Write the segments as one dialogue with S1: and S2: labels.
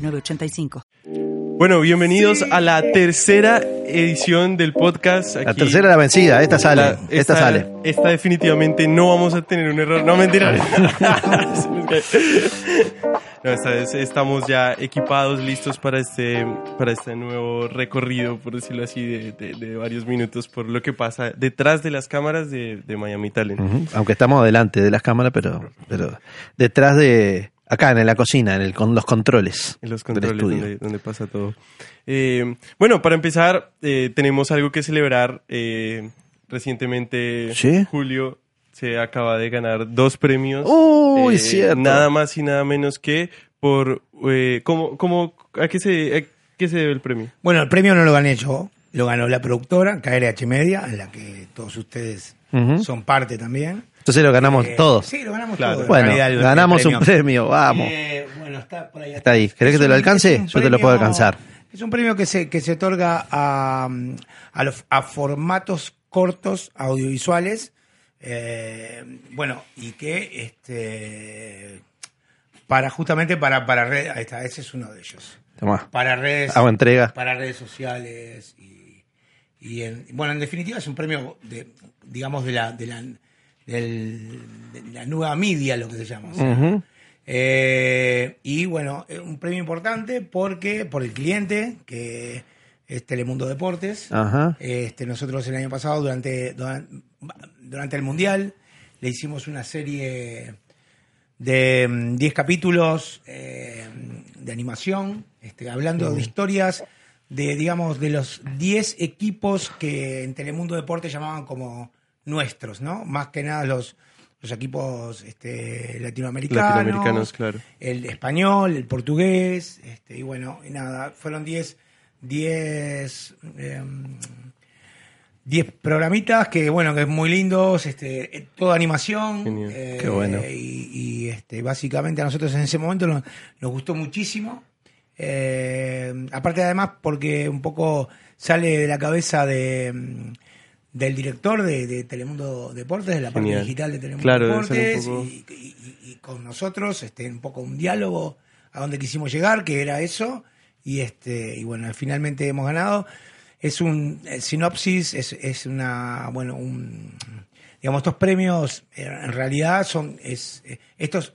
S1: 985.
S2: Bueno, bienvenidos a la tercera edición del podcast.
S3: La tercera la vencida, esta sale.
S2: Uh, La-
S3: esta, sale.
S2: Esta definitivamente no vamos a tener un error. No, mentira. Se nos cae. no, esta vez estamos ya equipados, listos para este, para este nuevo recorrido, por decirlo así, de, de- de varios minutos por lo que pasa detrás de las cámaras de, de Miami Talent.
S3: Ujú. Aunque estamos delante de las cámaras, pero, pero detrás de. Acá en la cocina, en el, con los controles.
S2: En los
S3: del
S2: controles
S3: estudio.
S2: donde, donde pasa todo. Eh, bueno, para empezar, eh, tenemos algo que celebrar. eh, recientemente,
S3: ¿Sí?
S2: Julio se acaba de ganar dos premios.
S3: Uy,
S2: Eh,
S3: cierto.
S2: Nada más y nada menos que por... Eh, ¿cómo, cómo, a, qué se, a qué se debe el premio?
S4: Bueno, el premio no lo gané yo, lo ganó la productora, KRH Media, en la que todos ustedes
S3: Ujú.
S4: son parte también.
S3: Entonces lo ganamos
S4: Eh,
S3: todos.
S4: Sí, lo ganamos
S2: Claro.
S4: todos. en
S3: bueno,
S4: realidad, el- el
S3: ganamos un premio, vamos.
S4: Eh, bueno, está por ahí.
S3: Está ahí. ¿Querés que te lo
S4: un-
S3: alcance?
S4: un
S3: Yo te lo puedo
S4: premio-
S3: alcanzar.
S4: Es un premio que se, que se otorga a, mm, a los, a formatos cortos audiovisuales. eh, bueno, y que este para justamente para, para redes, ahí está, ese es uno de ellos.
S3: Tomá.
S4: Para redes
S3: Hago entrega.
S4: para redes sociales y, y en, bueno en definitiva es un premio de digamos de la de la, del- de la nueva media lo que se llama o sea,
S3: Ujú.
S4: eh, y bueno, eh, un premio importante porque por el cliente, que es Telemundo Deportes.
S3: Ajá.
S4: Este, nosotros el año pasado, durante, duran- durante el Mundial, le hicimos una serie de mm, 10 capítulos eh, de animación, este, hablando de historias de, digamos, de los 10 equipos que en Telemundo Deportes llamaban como nuestros, ¿no? Más que nada los, los equipos este,
S2: Latinoamericanos, claro.
S4: el español, el portugués, este, y bueno, y nada, fueron 10 10 em, 10 programitas que bueno, que es muy lindos, este, eh, toda animación,
S2: Genial.
S4: eh,
S3: Qué bueno.
S4: y, y, este, básicamente a nosotros en ese momento nos, nos gustó muchísimo. Eh, aparte además porque un poco sale de la cabeza de mm, del director de, de Telemundo Deportes, de la
S2: Genial.
S4: parte digital de Telemundo
S2: Claro, debe ser un
S4: Deportes,
S2: poco-
S4: y- y, y- y con nosotros, este, un poco un diálogo a donde quisimos llegar, que era eso, y este, y bueno, finalmente hemos ganado. Es un eh, sinopsis, es, es una, bueno, un, digamos, estos premios eh, en realidad son, es, eh, estos,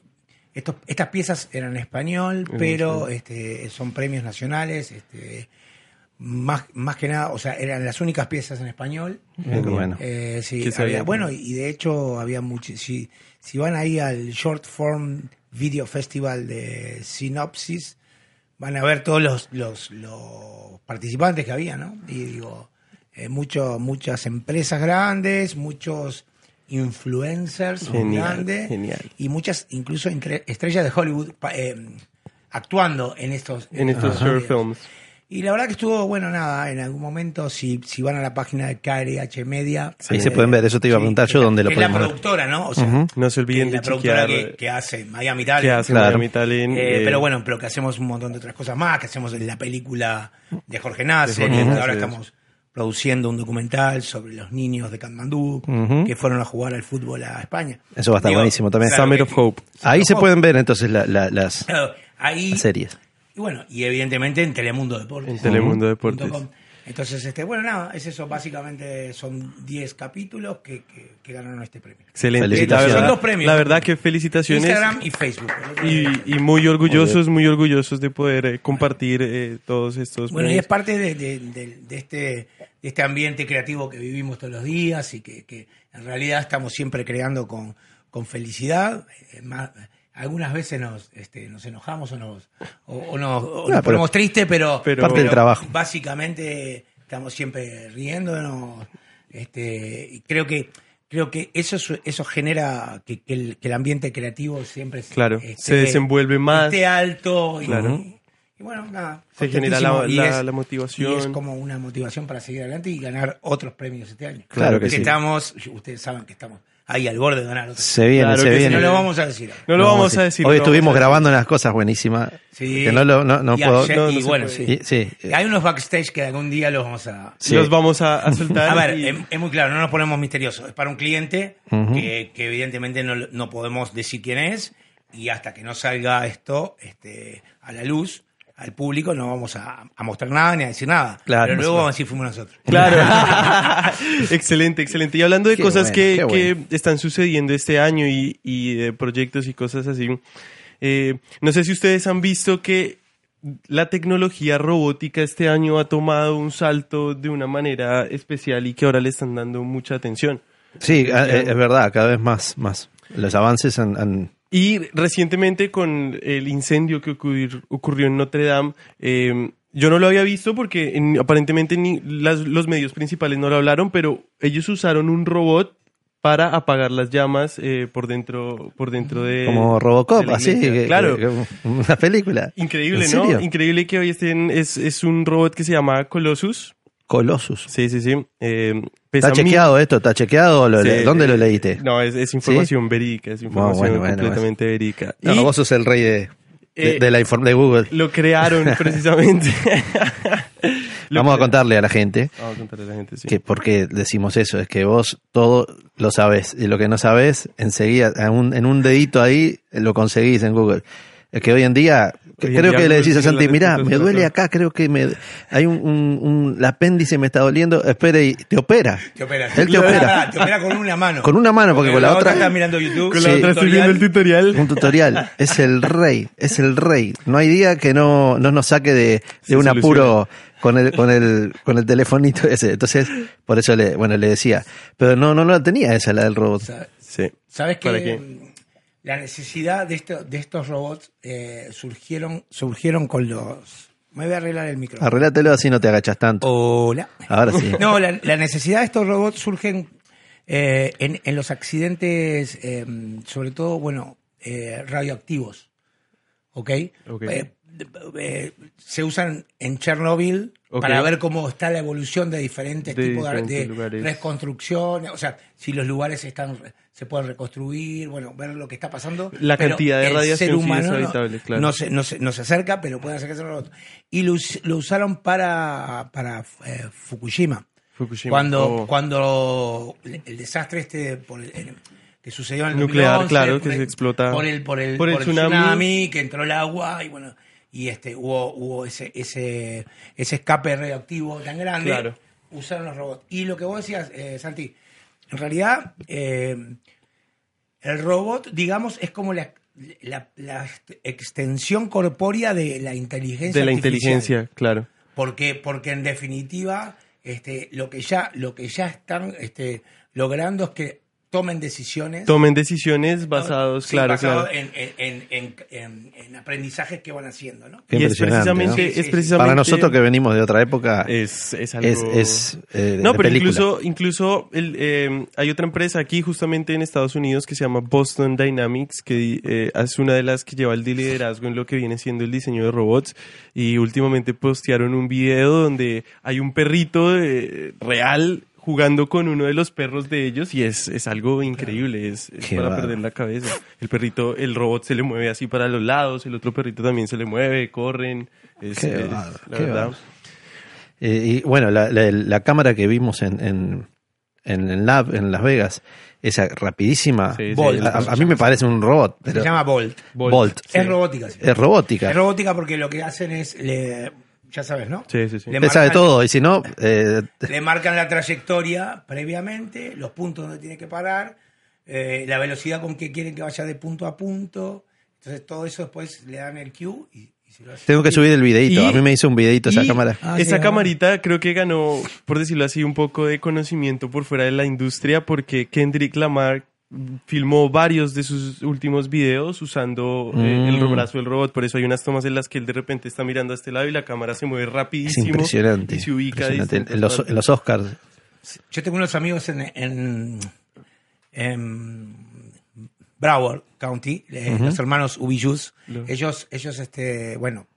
S4: estos, estas piezas eran en español,
S2: En
S4: pero
S2: español.
S4: este, son premios nacionales, este, más, más que nada, o sea, eran las únicas piezas en español.
S3: Qué bueno.
S4: Eh, sí,
S2: Que se
S4: había-
S2: había-
S4: bueno, y de hecho había mucho. Si, si van ahí al Short Form Video Festival de Sinopsis, van a ver todos los, los, los participantes que había, ¿no? Y digo, eh, mucho- muchas empresas grandes, muchos influencers
S2: Genial,
S4: grandes
S2: genial.
S4: y muchas incluso entre- estrellas de Hollywood pa- eh, actuando en estos
S2: En estos
S4: Ajá.
S2: short films.
S4: y la verdad que estuvo, bueno, nada, en algún momento, si, si van a la página de KRH Media.
S3: Ahí se pueden ver, eso te iba a preguntar yo,
S4: que-
S3: dónde lo
S4: que es la
S3: podemos ver.
S4: productora, ¿no? O sea,
S3: Ujú.
S2: No se
S4: que es
S2: olviden de
S4: la productora
S2: chequear
S4: que, que hace Miami Talent.
S2: qué hace
S3: Claro.
S2: Miami Talent. eh,
S4: Eh, pero bueno, pero que hacemos un montón de otras cosas más, que hacemos la película de Jorge Nasser,
S2: Jorge
S4: que
S2: Nasser.
S4: ahora estamos produciendo un documental sobre los niños de Katmandú
S3: Ujú.
S4: que fueron a jugar al fútbol a España.
S3: Eso va a estar buenísimo también.
S2: Summer
S4: que-
S2: of Hope.
S3: Ahí se
S4: Ojo.
S3: pueden ver entonces la- la- las,
S4: Claro, ahí
S3: las series.
S4: Y bueno, y evidentemente en Telemundo Deportes.
S2: En Telemundo Deportes.
S4: Punto com. Entonces, este, bueno, nada, es eso. Básicamente son 10 capítulos que, que- que ganaron este premio.
S2: Excelente. La
S3: Felicitaciones.
S2: verdad,
S3: Son
S4: dos premios.
S2: La verdad que felicitaciones.
S4: Instagram y Facebook.
S2: y, y muy orgullosos, muy orgullosos de poder eh, compartir eh, todos estos.
S4: bueno, y es
S2: premios.
S4: parte de, de- de- de este, de este ambiente creativo que vivimos todos los días y que, que en realidad estamos siempre creando con, con felicidad. Eh, más- algunas veces nos, este, nos enojamos o nos, o, o nos, o nos
S3: Ah, pero-
S4: ponemos tristes, pero,
S2: Pero-
S3: Parte del trabajo.
S4: Básicamente estamos siempre riéndonos. Este, y creo que creo que eso su- eso genera que, que el, que el ambiente creativo siempre
S2: Claro, se desenvuelve más.
S4: esté alto y,
S2: Claro.
S4: Y bueno, nada.
S2: Se genera la-
S4: contentísimo.
S2: la- la motivación.
S4: Y es como una motivación para seguir adelante y ganar otros premios este año.
S3: Claro que sí.
S4: Estamos, ustedes saben que estamos ahí al borde de ganar otros.
S3: Se viene,
S2: Claro
S3: se
S2: que sí,
S4: Si
S3: viene.
S4: no lo vamos a decir.
S2: No lo
S3: No,
S2: vamos
S3: sí.
S2: a decir.
S3: Hoy
S2: no
S3: estuvimos
S2: vamos a
S3: grabando unas cosas buenísimas.
S4: Sí.
S3: Que no lo- no- no
S4: y
S3: puedo-
S4: ayer-
S2: no,
S4: y
S2: no se
S4: bueno,
S2: puede.
S4: sí.
S3: Y- sí.
S4: Y Hay unos backstage que algún día los vamos a...
S2: decir. Los vamos a, a soltar.
S4: A ver, em-
S2: y-
S4: es, es muy claro, no nos ponemos misteriosos. Es para un cliente que, que evidentemente no, lo- no podemos decir quién es y hasta que no salga esto este, a la luz, al público, no vamos a, a mostrar nada ni a decir nada.
S3: Claro,
S4: Pero
S3: no se
S4: luego
S3: va.
S4: vamos a decir fuimos nosotros.
S2: Claro. excelente, excelente. Y hablando de
S3: Qué
S2: cosas
S3: bueno,
S2: que,
S3: qué bueno.
S2: que están sucediendo este año y, y de proyectos y cosas así, eh, no sé si ustedes han visto que la tecnología robótica este año ha tomado un salto de una manera especial y que ahora le están dando mucha atención.
S3: Sí, a- e- es verdad, cada vez más, más. Los avances han, han-
S2: Y recientemente con el incendio que ocurrir- ocurrió en Notre Dame, eh, yo no lo había visto porque en- aparentemente ni las- los medios principales no lo hablaron, pero ellos usaron un robot para apagar las llamas eh, por dentro, por dentro de
S3: como
S2: de
S3: Robocop,
S2: la
S3: así,
S2: iglesia.
S3: que-
S2: claro,
S3: que- una película.
S2: increíble,
S3: ¿En
S2: ¿no?
S3: serio?
S2: Increíble que hoy estén es, es un robot que se llama Colossus.
S3: Colossus.
S2: Sí, sí, sí. Eh, pesa
S3: ¿Está
S2: mil-
S3: chequeado esto? ¿Está chequeado? ¿Lo
S2: Sí,
S3: le- ¿Dónde
S2: eh,
S3: lo leíste?
S2: No, es, es información verídica, es información
S3: bueno, bueno,
S2: completamente verídica.
S3: No,
S2: Y-
S3: vos sos el rey de, de,
S2: Eh,
S3: de la inform- de Google.
S2: Lo crearon precisamente. Lo
S3: Vamos a
S2: cre-
S3: contarle a la gente
S2: Vamos a contarle a la gente, sí.
S3: que por qué decimos eso. Es que vos todo lo sabés. Y lo que no sabés, enseguida, en un, en un dedito ahí, lo conseguís en Google. Es que hoy en día, que-
S2: Hoy en día
S3: creo que
S2: Google
S3: le decís a
S2: tiene las
S3: Santi, mirá,
S2: respuestas
S3: me
S2: para
S3: duele
S2: todo".
S3: acá, creo que me hay un, un- un- el apéndice me está doliendo. Espera y te opera.
S4: Te opera. Ah,
S3: Él te opera.
S4: Te opera con una mano.
S3: Con una mano, porque con la otra-
S4: estás mirando YouTube.
S2: Con la
S3: Sí.
S2: otra estoy viendo el
S3: Un
S2: tutorial.
S3: tutorial. Es el rey, es el rey. No hay día que no, no nos saque de, de
S2: Se
S3: un
S2: soluciona.
S3: apuro con el, con el, con el telefonito ese. Entonces, por eso le, bueno, le decía. Pero no, no, no la tenía esa, la del robot.
S2: Sí.
S4: ¿Sabes
S2: ¿Para
S4: que
S2: qué?
S4: mm, La necesidad de, esto- de estos robots eh, surgieron, surgieron con los... Me voy a arreglar el micrófono.
S3: Arreglátelo Ah, así no te agachas tanto.
S4: Hola.
S3: Ahora sí.
S4: No, la, la necesidad de estos robots surgen eh, en, en los accidentes, eh, sobre todo, bueno, eh, radioactivos. ¿Ok?
S2: Ok.
S4: Eh, eh, se usan en Chernobyl
S2: Ok.
S4: para ver cómo está la evolución de diferentes
S2: De
S4: tipos de-
S2: diferentes
S4: de,
S2: lugares.
S4: reconstrucciones, o sea, si los lugares están se pueden reconstruir, bueno, ver lo que está pasando.
S2: La
S4: pero
S2: cantidad de
S4: el
S2: radiación
S4: ser
S2: sí es
S4: humano no-
S2: habitable, claro.
S4: no se, no, se, no se acerca, pero pueden acercarse a los otros. Y lo, us- lo usaron para, para eh, Fukushima.
S2: Fukushima.
S4: Cuando,
S2: Oh.
S4: cuando el, el desastre este por el- el- que sucedió en el
S2: Nuclear,
S4: 2011,
S2: claro,
S4: por
S2: que
S4: el-
S2: se explota.
S4: Por el, por el,
S2: Por el
S4: por el
S2: tsunami.
S4: tsunami. que entró el agua y bueno, y este, hubo, hubo ese, ese, ese escape radioactivo tan grande.
S2: Claro.
S4: Usaron los robots. Y lo que vos decías, eh, Santi, en realidad, eh, el robot, digamos, es como la, la- la extensión corpórea de la inteligencia.
S2: De la
S4: artificial.
S2: inteligencia, claro.
S4: Porque, porque en definitiva, este, lo que ya, lo que ya están este, logrando es que tomen decisiones.
S2: Tomen decisiones basados,
S4: Sí,
S2: claro,
S4: basado
S2: claro.
S4: En, en- en- en- en aprendizajes que van haciendo, ¿no?
S3: Qué
S2: y es
S3: impresionante,
S2: precisamente,
S4: ¿no? Sí, sí,
S2: es
S4: sí.
S2: precisamente.
S3: Para nosotros que venimos de otra época, es,
S2: Es, es algo.
S3: es, eh,
S2: No,
S3: de
S2: pero
S3: película.
S2: incluso, incluso el, eh, hay otra empresa aquí justamente en Estados Unidos que se llama Boston Dynamics, que eh, es una de las que lleva el liderazgo en lo que viene siendo el diseño de robots. Y últimamente postearon un video donde hay un perrito eh, real jugando con uno de los perros de ellos y es, es algo increíble, es, es
S3: Qué
S2: para
S3: bárbaro.
S2: perder la cabeza. El perrito, el robot se le mueve así para los lados, el otro perrito también se le mueve, corren. Es,
S3: Qué
S2: es-
S3: bárbaro,
S2: la
S3: qué
S2: verdad.
S3: bárbaro. Eh, y bueno, la, la- la cámara que vimos en, en, en el lab en Las Vegas, esa rapidísima,
S2: Sí, sí,
S4: Bolt.
S3: a, a- a mí me parece un robot, pero
S4: Se llama Bolt.
S3: Bolt.
S2: Sí.
S4: Es robótica. sí.
S3: es robótica.
S4: Es robótica porque lo que hacen es, le- ya sabes, ¿no?
S2: Sí, sí, sí.
S4: Le
S3: Él sabe
S4: marcan-
S3: todo, y si no, eh,
S4: Le marcan la trayectoria previamente, los puntos donde tiene que parar, eh, la velocidad con que quieren que vaya de punto a punto. Entonces todo eso después le dan el cue y, y se lo hace.
S3: tengo que subir el videito.
S2: Y-
S3: a mí me hizo un videito esa
S2: Y
S3: cámara.
S4: Ah, sí,
S2: esa
S4: ah.
S2: camarita creo que ganó, por decirlo así, un poco de conocimiento por fuera de la industria porque Kendrick Lamar filmó varios de sus últimos videos usando eh,
S3: Mm.
S2: el brazo del robot. Por eso hay unas tomas en las que él de repente está mirando a este lado y la cámara se mueve
S3: Es
S2: rapidísimo.
S3: impresionante.
S2: Y se ubica.
S3: impresionante.
S2: distintas
S3: En, los,
S2: partes.
S3: en los Oscars.
S4: Yo tengo unos amigos en, en, en Broward County, eh, los hermanos Ubiyus. Ellos, ellos, este, bueno,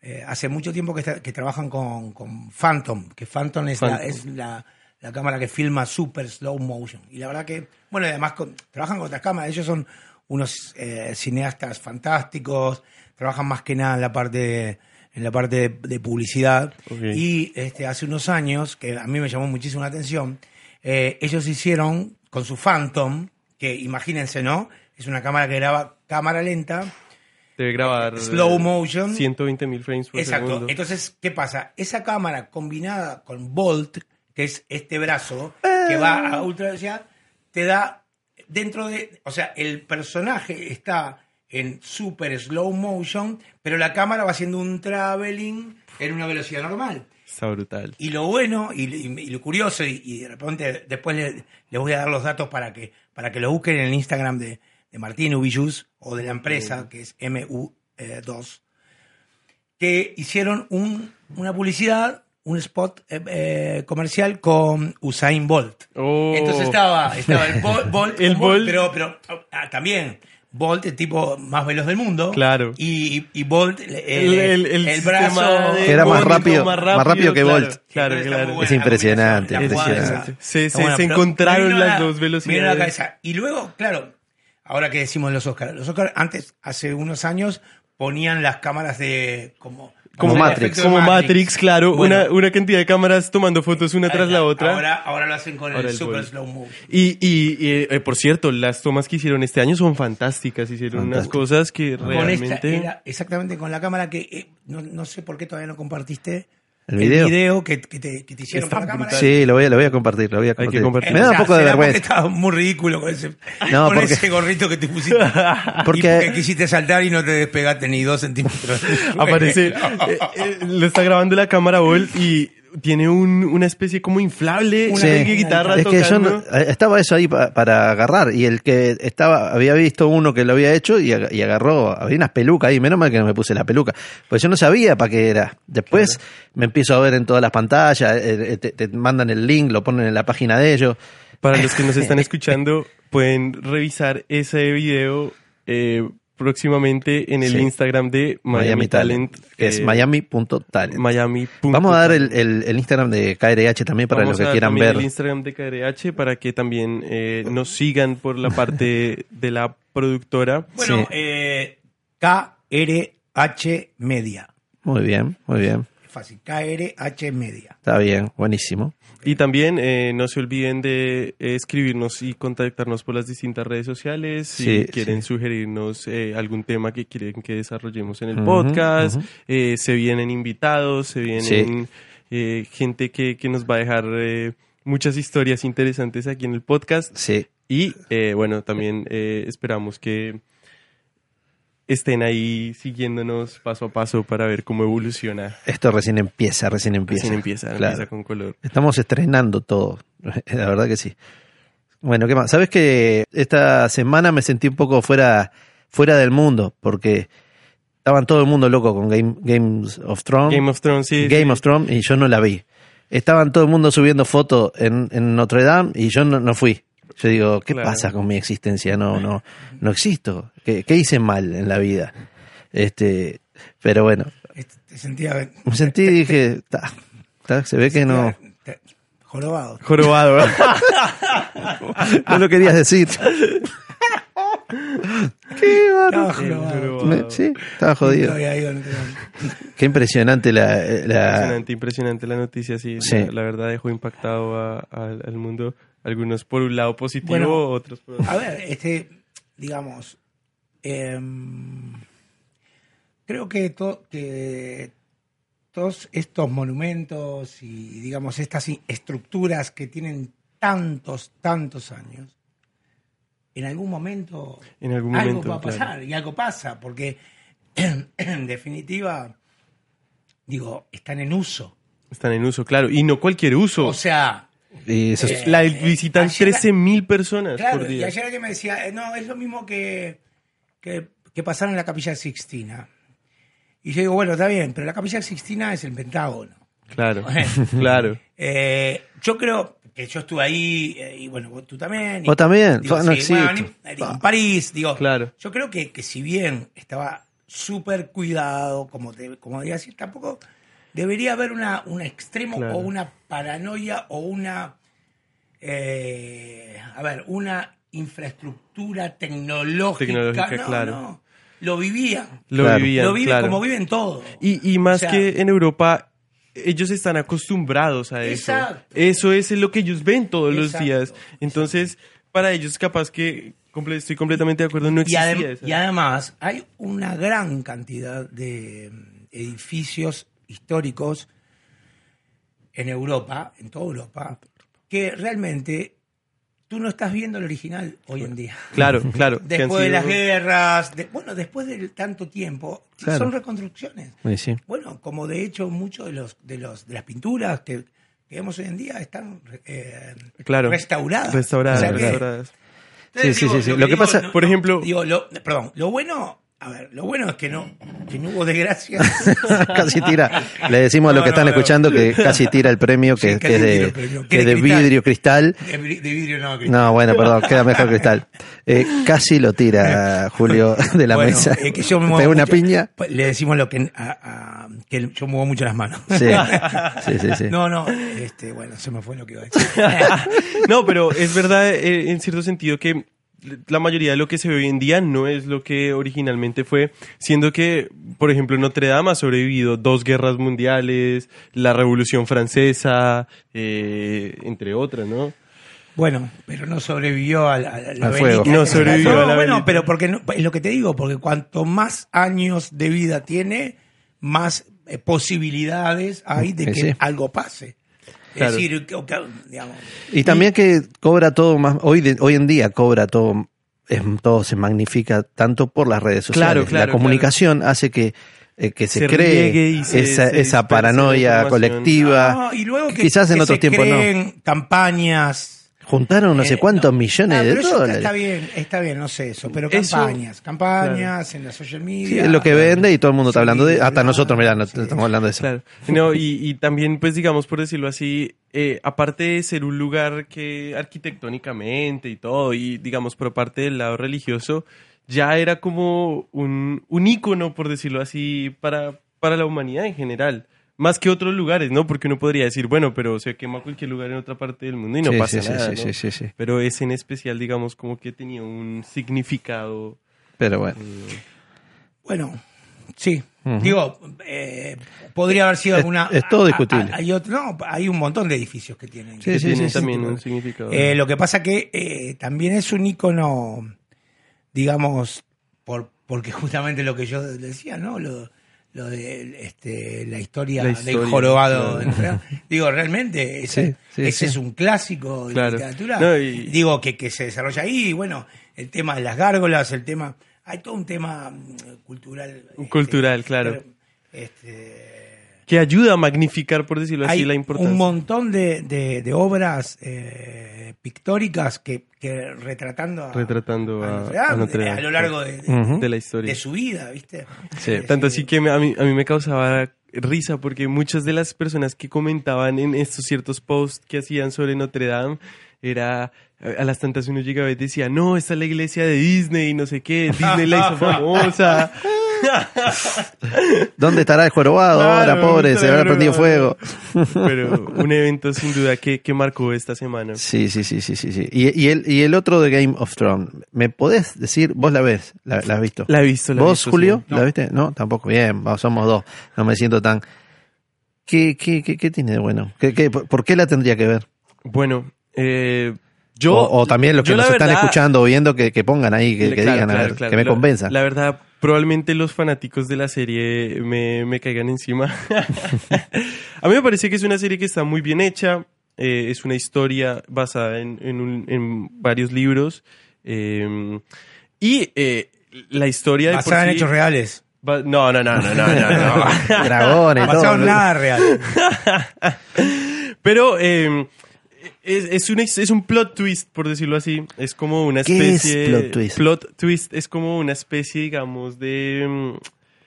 S4: eh, hace mucho tiempo que, está- que trabajan con, con Phantom, que Phantom es, La,
S2: Phantom.
S4: es la- la cámara que filma super slow motion. Y la verdad que, bueno, y además con- trabajan con otras cámaras, ellos son unos eh, cineastas fantásticos, trabajan más que nada en la parte de, en la parte de, de publicidad.
S2: Ok.
S4: Y este, hace unos años, que a mí me llamó muchísimo la atención, eh, ellos hicieron con su Phantom, que imagínense, ¿no? Es una cámara que graba cámara lenta,
S2: Debe grabar.
S4: slow motion.
S2: 120 mil frames por
S4: Exacto.
S2: segundo.
S4: Entonces, ¿qué pasa? Esa cámara combinada con Volt, que es este brazo que va a ultra velocidad, te da dentro de. O sea, el personaje está en super slow motion, pero la cámara va haciendo un traveling en una velocidad normal.
S2: Está brutal.
S4: Y lo bueno y, y- y lo curioso, y, y de repente después le- les voy a dar los datos para que, para que lo busquen en el Instagram de, de Martín Ubillus o de la empresa, que es MU2, que hicieron un- una publicidad, un spot eh, eh, comercial con Usain Bolt.
S2: Oh.
S4: Entonces estaba, estaba el Bol- Bolt,
S2: El
S4: un Bolt,
S2: Bolt.
S4: pero, pero ah, también Bolt, el tipo más veloz del mundo.
S2: Claro.
S4: Y, y Bolt, el,
S2: El, el, el sistema
S4: brazo.
S2: de
S3: Que era más
S2: Bolt,
S3: rápido, más rápido que
S2: claro,
S3: Bolt.
S2: Claro,
S4: Está muy
S2: claro.
S4: buena
S3: Es impresionante,
S4: la combinación, la jugada
S2: impresionante.
S4: esa.
S2: Se-
S4: Está
S2: se-
S4: buena,
S2: se
S4: pero
S2: encontraron
S4: me vino
S2: las dos
S4: me vino a la
S2: velocidades.
S4: cabeza. Y luego, claro, ahora que decimos los Oscars, los Oscars antes, hace unos años, ponían las cámaras de como,
S3: Como
S4: el
S3: Matrix.
S4: efecto de
S2: Como Matrix, claro.
S4: Bueno.
S2: Una, una cantidad de cámaras tomando fotos una tras la otra.
S4: Ahora, ahora lo hacen con
S2: Ahora
S4: el
S2: el
S4: super
S2: Bolt.
S4: slow motion.
S2: Y, y, y, eh, por cierto, las tomas que hicieron este año son fantásticas. Hicieron unas
S3: Fantástico.
S2: cosas que
S4: Con esta
S2: realmente.
S4: era exactamente con la cámara que eh, no, no sé por qué todavía no compartiste
S3: ¿El video?
S4: que, que te, que te hicieron
S2: Está
S4: con la cámara.
S3: Sí, lo voy, a, lo voy a compartir, lo voy a
S2: que
S3: compartir.
S2: compartir.
S3: Me da
S4: O
S3: un
S4: sea,
S3: poco de
S4: será porque
S3: vergüenza.
S4: Estabas muy ridículo con ese,
S3: No,
S4: con
S3: porque-
S4: ese gorrito que te pusiste.
S3: Porque-
S4: Y porque quisiste saltar y no te despegaste ni dos centímetros.
S2: Aparece. eh, eh, lo está grabando la cámara Bolt y tiene un, una especie como inflable.
S4: Una
S2: Una
S3: Sí.
S2: guitarra
S3: es que yo
S2: tocando.
S3: no- eh, estaba eso ahí pa- para agarrar y el que estaba había visto uno que lo había hecho y, ag- y agarró había unas pelucas ahí menos mal que no me puse la peluca pues yo no sabía para qué era después me empiezo a ver en todas las pantallas eh, eh, te, te mandan el link lo ponen en la página de ellos
S2: Para los que nos están escuchando, pueden revisar ese video eh, próximamente en el
S3: Sí.
S2: Instagram de Miami, Talent.
S3: que es
S2: eh,
S3: miami.talent
S2: Miami.
S3: vamos a dar el, el- el Instagram de KRH también para
S2: Vamos a
S3: los que
S2: dar
S3: quieran
S2: también
S3: ver
S2: el Instagram de KRH para que también eh, nos sigan por la parte de la productora.
S4: Bueno,
S3: Sí.
S4: eh, KRH Media.
S3: muy bien muy bien
S4: Es fácil, KRH Media.
S3: está bien buenísimo
S2: Y también eh, no se olviden de eh, escribirnos y contactarnos por las distintas redes sociales. Si
S3: Sí,
S2: quieren sugerirnos eh, algún tema que quieren que desarrollemos en el
S3: Ujú,
S2: podcast,
S3: ujú.
S2: eh, se vienen invitados, se vienen eh, gente que, que nos va a dejar eh, muchas historias interesantes aquí en el podcast.
S3: sí
S2: Y eh, bueno, también eh, esperamos que estén ahí siguiéndonos paso a paso para ver cómo evoluciona.
S3: esto recién empieza recién empieza
S2: Recién empieza,
S3: Claro.
S2: empieza con color.
S3: Estamos estrenando todo, la verdad que sí. Bueno, ¿qué más? Sabes que esta semana me sentí un poco fuera, fuera del mundo, porque estaban todo el mundo loco con Game, Games of Thrones,
S2: Game of Thrones, sí.
S3: Game
S2: sí.
S3: of Thrones, y yo no la vi. Estaban todo el mundo subiendo fotos en, en Notre Dame y yo no, no fui. Yo digo, ¿qué
S2: Claro.
S3: pasa con mi existencia? No, no, no existo. ¿Qué, qué hice mal en la vida? Este, pero bueno,
S4: Este, Te sentía.
S3: me sentí y dije, "Ta, ta, se ve que no.
S4: te- jorobado. ¿eh?
S2: Jorobado.
S3: No lo querías decir. Qué
S4: Estaba
S3: bárbaro.
S4: jorobado.
S3: Me- sí, estaba jodido.
S4: Todavía iba, no te iba.
S3: Qué impresionante la... la-
S2: Impresionante, impresionante la noticia, sí.
S3: ah. Sí.
S2: La, la verdad dejó impactado a- al- al mundo. Algunos por un lado positivo,
S4: Bueno.
S2: otros por otro.
S4: A ver, este, digamos, em, creo que, to- que todos estos monumentos y, digamos, estas i- estructuras que tienen tantos, tantos años, en algún momento
S2: En algún
S4: algo
S2: momento.
S4: va a
S2: claro.
S4: pasar y algo pasa, porque en definitiva, digo, están en uso.
S2: Están en uso, claro. Y no cualquier uso.
S4: O sea,
S3: y eso
S4: Eh,
S2: la
S4: eh,
S2: visitan
S4: ayer-
S2: 13.000 personas
S4: Claro,
S2: por
S4: y
S2: día.
S4: ayer alguien me decía, eh, no, es lo mismo que, que, que pasar en la Capilla Sixtina. Y yo digo, bueno, está bien, pero la Capilla Sixtina es el Pentágono.
S2: Claro, claro.
S4: Eh, yo creo que yo estuve ahí, eh, y bueno, vos tú también. y-
S3: Vos también,
S4: digo,
S3: fa, no
S4: sí, bueno,
S3: existe.
S4: ni- digo, en París, digo,
S2: Ah. Claro.
S4: yo creo que, que si bien estaba súper cuidado, como, te, como diría así, tampoco debería haber una, un extremo
S2: Claro.
S4: o una paranoia o una, eh, a ver, una infraestructura tecnológica.
S2: Tecnológica,
S4: No,
S2: claro.
S4: no. Lo vivían.
S2: Lo
S3: Claro.
S2: vivían,
S4: lo viven
S2: claro.
S4: como viven todos.
S2: Y, y más
S4: O sea,
S2: que en Europa, ellos están acostumbrados a eso.
S4: Exacto.
S2: Eso es lo que ellos ven todos los
S4: Exacto,
S2: días. Entonces, para ellos capaz que, comple- estoy completamente de acuerdo, no
S4: Y,
S2: existía
S4: adem-
S2: esa-
S4: y además hay una gran cantidad de mm, edificios históricos en Europa, en toda Europa, que realmente tú no estás viendo el original hoy en día.
S2: Claro, claro. que han
S4: Después de
S2: sido-
S4: las guerras, de- bueno, después de tanto tiempo,
S3: Claro.
S4: son reconstrucciones.
S3: Y sí.
S4: Bueno, como de hecho muchos de los de los de las pinturas que, que vemos hoy en día están eh,
S2: Claro.
S4: restauradas.
S2: Restauradas,
S4: O sea que-
S2: restauradas.
S4: entonces,
S3: Sí, sí,
S4: digo,
S3: sí, sí. Lo que
S4: digo,
S3: pasa-
S2: por ejemplo-
S4: digo, lo- perdón, lo bueno, a ver, lo bueno es que no, que no hubo desgracia.
S3: casi tira. Le decimos a los
S4: No,
S3: que están
S4: no, no.
S3: escuchando que casi tira el premio que, que
S4: Sí, casi
S3: es
S4: tira
S3: de,
S4: el premio.
S3: que es de
S4: De cristal.
S3: vidrio cristal.
S4: De, vi- de vidrio no, que-
S3: No, bueno, perdón, queda mejor cristal. Eh, casi lo tira Julio de la
S4: Bueno,
S3: mesa.
S4: eh, que yo me
S3: Le
S4: muevo
S3: pega una
S4: mucho.
S3: piña.
S4: Pues Le decimos lo que, a- a- que yo muevo mucho las manos.
S3: Sí, sí, sí. sí.
S4: No, no, este, bueno, se me fue lo que iba a decir.
S2: No, pero es verdad eh, en cierto sentido que la mayoría de lo que se ve hoy en día no es lo que originalmente fue, siendo que, por ejemplo, Notre Dame ha sobrevivido dos guerras mundiales, la Revolución Francesa, eh, entre otras, ¿no?
S4: Bueno, pero no sobrevivivió al, al- al
S3: Al fuego.
S4: velita.
S2: No sobrevivió
S4: No,
S2: a la
S4: bueno,
S2: velita.
S4: pero porque no- es lo que te digo, porque cuanto más años de vida tiene, más eh, posibilidades hay de
S3: Sí,
S4: que
S3: sí.
S4: algo pase.
S2: Claro.
S4: Es decir, que- que- digamos,
S3: Y también que cobra todo más, hoy, de- hoy en día cobra todo, es- todo se magnifica tanto por las redes sociales.
S2: Claro, claro,
S3: la comunicación hace que, eh, que se,
S2: Se riegue
S3: cree
S2: y se- se
S3: esa, esa
S2: disperse la
S3: paranoia
S2: información. Ah,
S3: colectiva.
S4: No, y luego que,
S3: Quizás en
S4: que
S3: otros
S4: se
S3: tiempos no.
S4: creen campañas.
S3: Juntaron no sé
S4: eh,
S3: cuántos
S4: no.
S3: millones
S4: Ah,
S3: de
S4: pero eso está-
S3: dólares.
S4: Está bien, está bien, no sé eso, pero
S2: Eso-
S4: campañas, campañas en la social media.
S3: Sí, es lo que vende y todo el mundo está
S4: Sí,
S3: hablando de... Hasta
S4: claro,
S3: nosotros, mirá, no-
S4: sí.
S3: estamos hablando de eso.
S2: Claro. No, y, y también, pues digamos, por decirlo así, eh, aparte de ser un lugar que arquitectónicamente y todo, y digamos, por parte del lado religioso, ya era como un, un ícono, por decirlo así, para, para la humanidad en general. Más que otros lugares, ¿no? Porque uno podría decir, bueno, pero se quema cualquier lugar en otra parte del mundo y no
S3: Sí,
S2: pasa
S3: sí, sí,
S2: nada.
S3: sí,
S2: ¿no?
S3: sí, sí, sí.
S2: Pero ese en especial, digamos, como que tenía un significado.
S3: Pero bueno.
S4: Bueno, sí. Digo, eh, podría haber sido
S3: Es-
S4: alguna.
S3: es todo
S4: a- a-
S3: discutible.
S4: hay otro- no, hay un montón de edificios que tienen.
S3: Sí,
S2: que
S3: sí,
S2: tiene
S3: sí, sí,
S2: también
S4: sí.
S2: un significado.
S4: Eh, lo que pasa que eh, también es un icono, digamos, por, porque justamente lo que yo decía, ¿no? Lo, lo de este, la, historia
S2: La historia,
S4: del jorobado.
S2: claro.
S4: de Notre Dame. Digo, realmente, ese,
S3: Sí, sí,
S4: ese
S3: sí.
S4: es un clásico de la
S2: Claro.
S4: literatura.
S2: No, y-
S4: Digo, que, que se desarrolla ahí. Y bueno, el tema de las gárgolas, el tema. Hay todo un tema mm, cultural. este,
S2: Cultural, claro.
S4: Este,
S2: que ayuda a magnificar, por decirlo así,
S4: hay
S2: la importancia.
S4: un montón de, de- de obras eh, pictóricas que, que retratando a,
S2: Retratando a-
S4: Notre Dame,
S2: a Notre Dame.
S4: eh, a lo largo de, de-
S3: Ujú.
S2: de la historia. Eh,
S4: de su vida, ¿viste?
S3: Sí.
S4: Es
S2: Tanto así
S4: decir,
S2: que me- a, mí, a mí me causaba risa porque muchas de las personas que comentaban en estos ciertos posts que hacían sobre Notre Dame era a las tantas uno llegaba y decía, no, esta es la iglesia de Disney, no sé qué, Disney la hizo famosa.
S3: ¿Dónde estará el jorobado ahora,
S2: Claro,
S3: pobre? Se le habrá
S2: claro,
S3: prendido fuego.
S2: Pero un evento sin duda que, que marcó esta semana.
S3: Sí, sí, sí, sí, sí. sí. Y, y el, y el otro de Game of Thrones, ¿me podés decir? Vos la ves, la, la has visto.
S2: La he visto. La he
S3: ¿Vos,
S2: visto,
S3: Julio?
S2: sí.
S3: ¿La viste? No, tampoco. Bien, vamos, somos dos. No me siento tan... ¿Qué, qué, qué, qué tiene de bueno? ¿Qué, qué, por, por qué la tendría que ver?
S2: Bueno, eh, yo...
S3: o, o también los que
S2: yo la
S3: nos están
S2: verdad-
S3: escuchando o viendo que, que pongan ahí, que,
S2: Le-
S3: que
S2: claro,
S3: digan, a
S2: claro,
S3: ver,
S2: claro.
S3: que me
S2: La-
S3: convenzan.
S2: La verdad, probablemente los fanáticos de la serie me, me caigan encima. a mí me parece que es una serie que está muy bien hecha. eh, es una historia basada en, en un- en varios libros. eh, y eh, la historia de por
S4: Basada en
S2: sí-
S4: hechos reales.
S2: ba- no, no, no, no, no, no, no.
S3: Dragones,
S4: Basada en
S3: todo.
S4: nada real.
S2: Pero eh, es, es, un, es un plot twist, por decirlo así. Es como una
S3: ¿Qué es
S2: especie.
S3: plot twist?
S2: Plot twist es como una especie, digamos, de. mm,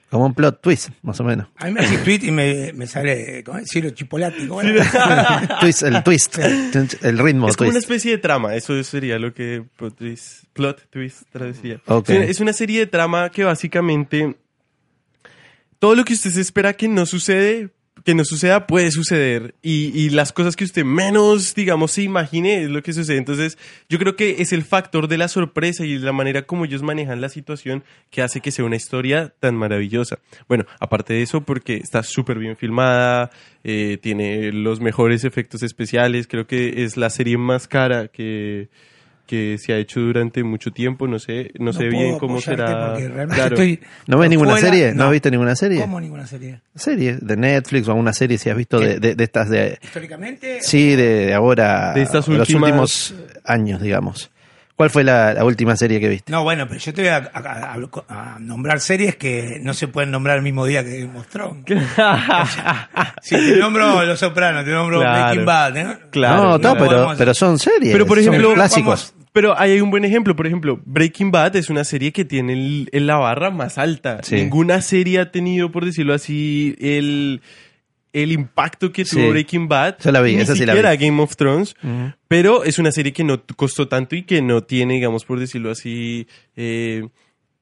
S3: Como un plot twist, más o menos.
S4: A mí me hace tweet y me, me sale, eh, ¿cómo es? Ciro Chipolati. ¿cómo era?
S3: Twist, el twist, el ritmo
S2: Es como una
S3: twist.
S2: especie de trama, eso sería lo que pues, plot twist, plot twist traduciría.
S3: Ok.
S2: Es una- Es una serie de trama que básicamente todo lo que usted se espera que no sucede, que no suceda, puede suceder. Y, y las cosas que usted menos, digamos, se imagine es lo que sucede. Entonces, yo creo que es el factor de la sorpresa y la manera como ellos manejan la situación que hace que sea una historia tan maravillosa. Bueno, aparte de eso, porque está súper bien filmada, eh, tiene los mejores efectos especiales, creo que es la serie más cara que que se ha hecho durante mucho tiempo, no sé, no, sé
S4: puedo
S2: bien cómo
S4: apoyarte
S2: será.
S4: porque realmente
S2: Claro.
S4: estoy
S3: ¿No ves ninguna
S4: fuera-
S3: serie? ¿No has visto ninguna serie?
S4: ¿Cómo ninguna serie?
S3: Serie de Netflix o alguna serie si has visto
S2: Eh.
S3: de, de- de estas de...
S4: Históricamente,
S3: Sí, de, de ahora,
S2: De estas
S3: los
S2: últimas-
S3: últimos años, digamos. ¿Cuál fue la, la última serie que viste?
S4: No, bueno, pero yo te voy a, a- a- a nombrar series que no se pueden nombrar el mismo día que mostró. Si te nombro Los Sopranos, te nombro
S2: Claro.
S4: Breaking Bad. ¿no?
S2: Claro,
S3: no, no,
S4: claro.
S3: pero,
S4: Podemos-
S3: pero son series,
S2: Pero por
S3: son
S2: ejemplo,
S3: clásicos.
S2: vamos- pero ahí hay un buen ejemplo, por ejemplo, Breaking Bad es una serie que tiene el- el- la barra más alta.
S3: Sí.
S2: Ninguna serie ha tenido, por decirlo así, el, el impacto que tuvo
S3: Sí.
S2: Breaking Bad.
S3: Yo la vi,
S2: Ni
S3: esa sí la
S2: siquiera Game of Thrones,
S3: Ujú.
S2: pero es una serie que no t- costó tanto y que no tiene, digamos, por decirlo así, eh,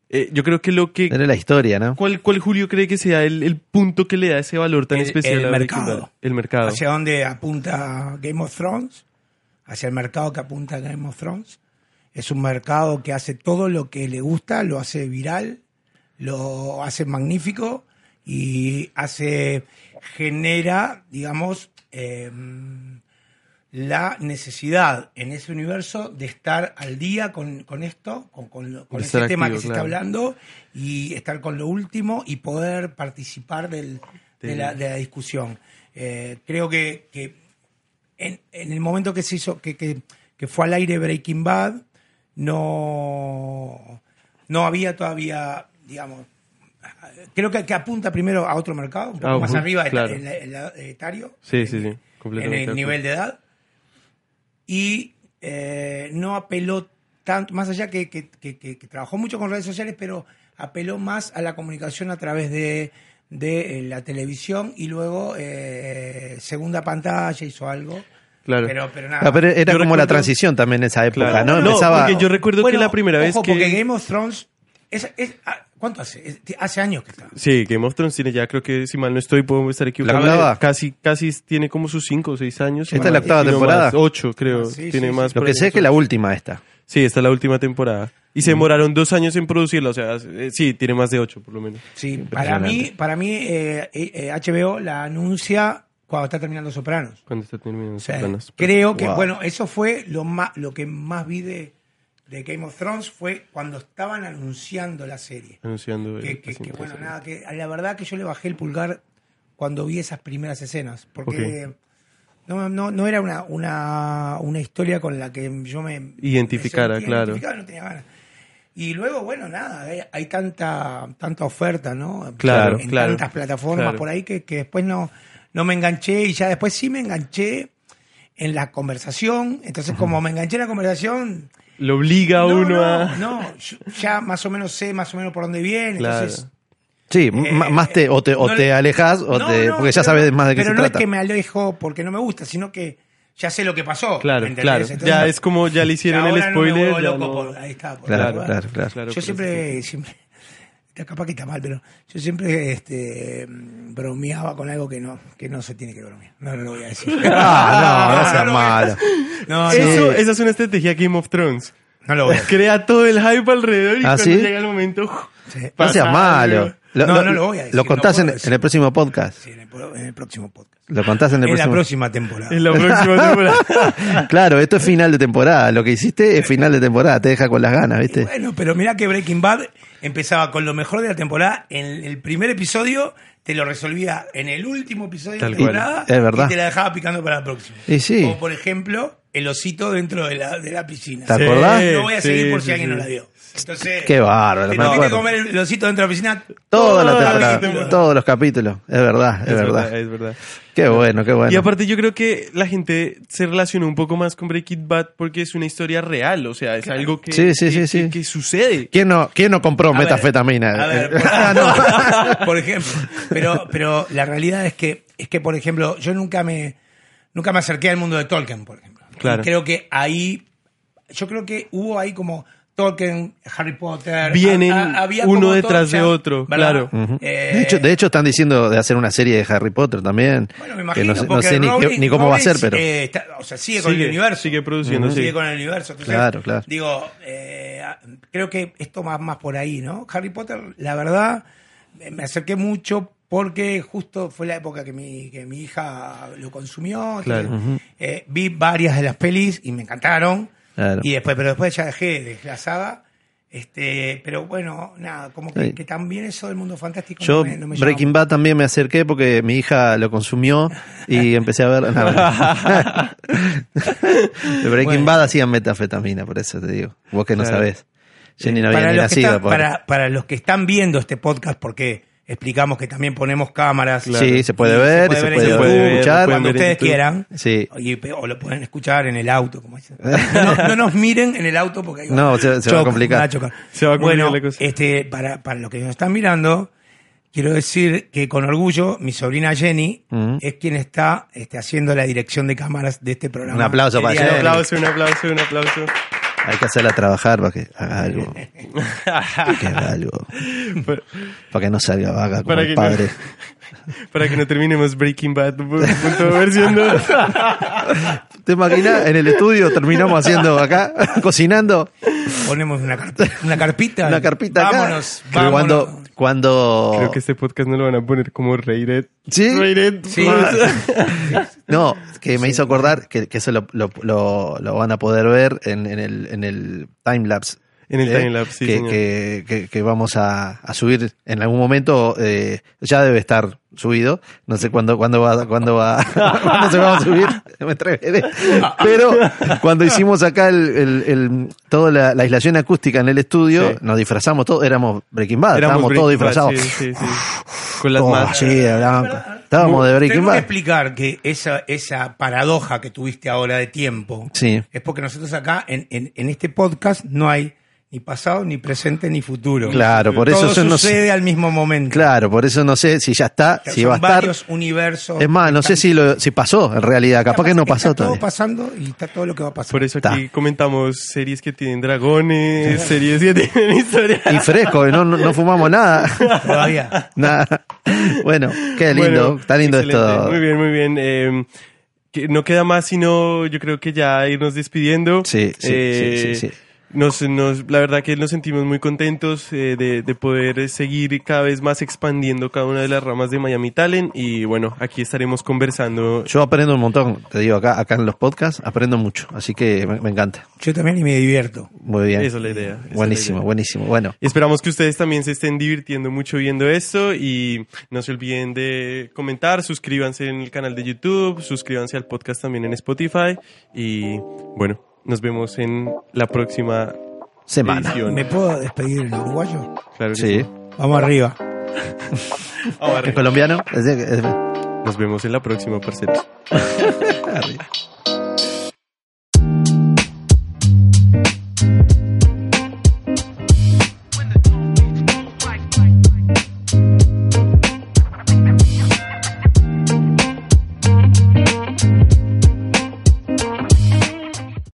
S2: eh, yo creo que lo que
S3: Era la historia, ¿no?
S2: ¿Cuál, cuál Julio cree que sea el, el punto que le da ese valor tan
S4: El-
S2: especial
S4: el
S2: a Breaking
S4: mercado.
S2: Bad? El mercado.
S4: hacia dónde apunta Game of Thrones, hacia el mercado que apunta Game of Thrones. Es un mercado que hace todo lo que le gusta, lo hace viral, lo hace magnífico y hace genera, digamos, eh, la necesidad en ese universo de estar al día con, con esto, con, con lo- con
S2: De
S4: ese
S2: estar
S4: tema
S2: activo,
S4: que se está
S2: claro.
S4: hablando y estar con lo último y poder participar del, de,
S2: Del-
S4: la, de la discusión. Eh, creo que, que en, en el momento que se hizo, que, que- que fue al aire Breaking Bad, no, no había todavía, digamos, creo que, que apunta primero a otro mercado, un poco
S2: Ah,
S4: más
S2: ujú,
S4: arriba en
S2: claro.
S4: el, el- el etario,
S2: Sí,
S4: en-
S2: sí, sí,
S4: en
S2: completamente de
S4: el nivel de edad, y eh, no apeló tanto, más allá que, que- que- que- que trabajó mucho con redes sociales, pero apeló más a la comunicación a través de, de, eh, la televisión y luego eh, segunda pantalla hizo algo.
S2: Claro.
S4: Pero, pero nada.
S3: Ah, pero era
S2: Yo
S3: como la
S2: recuerdo-
S3: transición también en esa época,
S2: Claro.
S3: ¿no?
S2: No,
S3: Empezaba...
S2: porque yo recuerdo que la primera vez
S4: ojo,
S2: que-
S4: Porque Game of Thrones. es- es- ah, ¿Cuánto hace? Es- hace años que está.
S2: Sí, Game of Thrones tiene ya, creo que si mal no estoy, puedo estar equivocado.
S3: ¿La octava?
S2: Casi, casi tiene como sus 5 o 6 años.
S3: Esta es la
S2: Más,
S3: octava
S2: no
S3: temporada.
S2: más, Ocho, creo.
S4: Ah, sí,
S2: tiene
S4: sí,
S2: más.
S3: Lo
S2: por
S3: que
S2: ahí,
S3: sé es que
S2: ocho.
S3: la Mm. última esta.
S2: Sí, esta es la última temporada. Y se demoraron dos años en producirla, o sea, eh, sí, tiene más de ocho, por lo menos.
S4: Sí, para mí, para mí eh, eh, eh, HBO la anuncia cuando está terminando Sopranos.
S2: Cuando está terminando. pues,
S4: O sea,
S2: Sopranos.
S4: creo que,
S3: Wow.
S4: bueno, eso fue lo más, lo que más vi de, de Game of Thrones fue cuando estaban anunciando la serie.
S2: Anunciando. eh,
S4: Que, que-
S2: la
S4: que,
S2: siguiente
S4: bueno,
S2: serie.
S4: nada, que la verdad que yo le bajé el pulgar cuando vi esas primeras escenas, porque no, no, no era una, una, una historia con la que yo me
S2: Identificara,
S4: me sentía
S2: claro.
S4: identificado, no tenía ganas. Y luego, bueno, nada, hay, hay tanta, tanta oferta, ¿no?
S2: Claro,
S4: en
S2: claro,
S4: tantas plataformas
S2: claro.
S4: por ahí que, que después no, no me enganché y ya después sí me enganché en la conversación. Entonces, como me enganché en la conversación,
S2: Lo obliga a
S4: no,
S2: uno
S4: no,
S2: a.
S4: no, yo ya más o menos sé más o menos por dónde viene.
S2: Claro.
S4: Entonces,
S3: Sí,
S4: eh,
S3: m- más te, o te, o
S4: no
S3: te
S4: le-
S3: alejas, o
S4: no,
S3: te,
S4: no,
S3: porque ya
S4: pero-
S3: sabes más de qué
S4: pero
S3: se
S4: no
S3: trata.
S4: es que me alejo porque no me gusta, sino que ya sé lo que pasó.
S2: Claro,
S4: ¿entendés?
S2: claro.
S4: Entonces,
S2: ya es como ya le hicieron el
S4: ahora no me
S2: spoiler.
S4: vuelvo
S2: ya
S4: loco
S2: no-
S4: por- ahí está, por
S3: Claro,
S4: ahí va.
S3: claro, claro.
S2: Claro,
S4: yo
S2: por eso
S4: siempre, siempre, capaz que está mal, pero yo siempre este, bromeaba con algo que no, que no se tiene que bromear. No, no lo voy a decir.
S3: Ah, no, no seas
S4: lo voy a-
S3: malo.
S4: No, no,
S2: Eso, esa es una estrategia Game of Thrones.
S4: no lo voy a decir.
S2: Crea todo el hype alrededor y
S3: ¿Ah,
S2: cuando
S3: sí?
S2: llega el momento.
S4: Sí.
S3: No seas
S2: Pasado,
S3: malo.
S4: No, no lo voy a decir,
S3: Lo
S4: no
S3: contás
S4: puedo
S3: en,
S4: decir.
S3: en el próximo podcast.
S4: Sí, en, el, pro- en el próximo podcast.
S3: Lo contás en el
S4: En la
S3: próximo
S4: próxima temporada.
S2: En la próxima temporada.
S3: Claro, esto es final de temporada. Lo que hiciste es final de temporada. Te deja con las ganas,
S4: Y
S3: ¿viste?
S4: Bueno, pero mirá que Breaking Bad empezaba con lo mejor de la temporada. En el primer episodio te lo resolvía en el último episodio
S2: Tal
S4: de la
S2: cual.
S4: temporada
S3: Es verdad.
S4: y te la dejaba picando para el próximo.
S3: Y sí.
S4: O por ejemplo, el osito dentro de la, de la piscina.
S3: ¿Te acordás?
S4: No voy a
S2: Sí,
S4: seguir por
S2: sí,
S4: si alguien
S2: sí.
S4: no la vio. Entonces,
S3: Qué bárbaro,
S4: te
S3: me
S4: tenés que
S3: acuerdo.
S4: comer el osito dentro de la piscina
S3: Toda la temporada,
S4: temporada.
S3: todos los capítulos. Es verdad, es, verdad.
S2: Es verdad.
S3: Qué bueno, qué bueno.
S2: Y aparte yo creo que la gente se relacionó un poco más con Breaking Bad porque es una historia real, o sea, es algo que,
S3: Sí, sí,
S2: que-
S3: sí,
S2: que-
S3: sí.
S2: que sucede.
S3: ¿Quién no, quién no compró
S4: A ver,
S3: metafetamina?
S4: a ver, por,
S3: Ah, no.
S4: por ejemplo, pero, pero la realidad es que, es que, por ejemplo, yo nunca me, nunca me acerqué al mundo de Tolkien, por ejemplo.
S2: Claro.
S4: Y Creo que ahí, yo creo que hubo ahí como Tolkien, Harry Potter.
S2: Vienen uno
S4: como
S2: detrás de
S4: ya,
S2: otro,
S4: ¿verdad?
S2: claro.
S3: Ujú.
S4: Eh,
S3: de, hecho, de hecho, están diciendo de hacer una serie de Harry Potter también.
S4: bueno, me
S3: que
S4: imagino,
S3: no sé, no
S4: porque
S3: sé ni, qué-
S4: Rowling-
S3: ni cómo va a ser,
S4: Rowling,
S3: pero.
S4: eh, está- o sea, sigue, con el universo.
S2: Sigue produciendo,
S4: sigue
S2: sí.
S4: con el universo. Entonces,
S3: Claro, claro.
S4: Digo, eh, creo que esto va más por ahí, ¿no? Harry Potter, la verdad, me- me acerqué mucho porque justo fue la época que mi, que mi hija lo consumió.
S2: Claro.
S4: Entonces, eh, vi varias de las pelis y me encantaron.
S3: Claro.
S4: Y después, pero después ya dejé, dejé la saga. Este, pero bueno, nada, como que,
S3: Sí.
S4: que también eso del mundo fantástico
S3: Yo,
S4: no me- no me llama
S3: Breaking Bad también me acerqué porque mi hija lo consumió y empecé a ver. no, no. De Breaking
S4: Bueno.
S3: Bad hacían metafetamina, por eso te digo. Vos que no
S2: Claro.
S3: sabés. Jenny no había
S4: Eh, para,
S3: ni
S4: los que
S3: nacido.
S4: están-
S3: pobre.
S4: para, para los que están viendo este podcast, porque explicamos que también ponemos cámaras.
S3: Sí, se puede ver, y se puede,
S4: en
S2: puede
S4: YouTube,
S2: ver,
S3: escuchar.
S2: pueden
S4: Cuando
S2: ver en
S4: ustedes
S2: YouTube.
S4: quieran.
S3: Sí.
S4: Y pe- o lo pueden escuchar en el auto, como dicen. No, no nos miren en el auto porque ahí
S3: No, se- se va a complicar.
S4: chocar.
S2: Se va a complicar
S4: bueno,
S2: la cosa.
S4: Este, para, para los que nos están mirando, quiero decir que con orgullo, mi sobrina Jenny
S3: Ujú.
S4: es quien está este, haciendo la dirección de cámaras de este programa.
S3: Un aplauso
S4: El
S3: para
S4: día de
S2: Un
S3: Jenny.
S4: hoy.
S2: aplauso, un aplauso, un aplauso.
S3: Hay que hacerla trabajar para que haga algo. que haga algo.
S2: Para-
S3: Para que no salga vaga como
S2: Para
S3: el
S2: que no-
S3: padre.
S2: Para que no terminemos Breaking Bad punto versión dos.
S3: ¿Te imaginas? En el estudio terminamos haciendo acá, cocinando.
S4: Ponemos una, carpita una carpita.
S3: Una carpita acá.
S4: Vámonos,
S3: Que
S4: vámonos.
S3: Cuando, cuando.
S2: Creo que este podcast no lo van a poner como Rated.
S3: Oh. Sí.
S2: Rated.
S4: Sí.
S3: Ah, No, que me hizo acordar que, que eso lo, lo- lo- lo van a poder ver en, en el, en el timelapse.
S2: En el
S3: ¿eh?
S2: timelapse, sí,
S3: que,
S2: señor.
S3: que, que- que vamos a, a subir en algún momento. eh, ya debe estar subido. No sé cuándo, cuándo va, cuándo va, cuándo se va a subir. No me atreveré. Pero cuando hicimos acá el, el- el- toda la, la aislación acústica en el estudio,
S2: Sí.
S3: nos disfrazamos todos. Éramos Breaking Bad, Ah, estábamos
S2: Breaking
S3: todos
S2: Bad,
S3: disfrazados.
S2: Sí, sí, sí. Con las
S3: Oh,
S2: más.
S3: sí, hablábamos- estábamos de Breaking
S4: Tengo que
S3: Bad.
S4: explicar que esa, esa paradoja que tuviste ahora de tiempo
S3: Sí.
S4: es porque nosotros acá en, en- en este podcast no hay ni pasado, ni presente, ni futuro.
S3: Claro, por eso
S4: Todo
S3: yo no sé.
S4: sucede al mismo momento.
S3: Claro, por eso no sé si ya está,
S4: O sea,
S3: si
S4: son
S3: va a estar.
S4: varios universos.
S3: Es más, no sé si lo, si pasó en realidad, capaz que no pasó
S4: está todo
S3: todavía.
S4: pasando y está todo lo que va a pasar.
S2: Por eso aquí
S3: Está.
S2: comentamos series que tienen dragones, series que tienen historia.
S3: Y fresco, no, no, no fumamos nada.
S4: Todavía.
S3: nada. Bueno, qué lindo,
S2: Bueno,
S3: está lindo
S2: excelente.
S3: esto.
S2: Muy bien, muy bien. Eh, que no queda más sino, yo creo que ya irnos despidiendo. Eh,
S3: Sí, sí, sí, sí, sí.
S2: Nos, nos- la verdad que nos sentimos muy contentos eh, de, de poder seguir cada vez más expandiendo cada una de las ramas de Miami Talent y bueno, aquí estaremos conversando.
S3: Yo aprendo un montón, te digo, acá, acá en los podcasts aprendo mucho, así que me, me encanta.
S4: Yo también y me divierto.
S3: Muy bien.
S2: Esa es la idea, esa es la
S3: Buenísimo,
S2: idea.
S3: buenísimo. Bueno,
S2: Esperamos que ustedes también se estén divirtiendo mucho viendo esto y no se olviden de comentar, suscríbanse en el canal de YouTube, suscríbanse al podcast también en Spotify y bueno, nos vemos en la próxima
S3: semana.
S2: edición.
S4: ¿Me puedo despedir en uruguayo?
S2: Claro que
S3: Sí.
S2: sí.
S4: Vamos arriba.
S2: Ahora,
S3: ¿Es colombiano? Es de- es de-
S2: nos vemos en la próxima, parceros.
S3: arriba.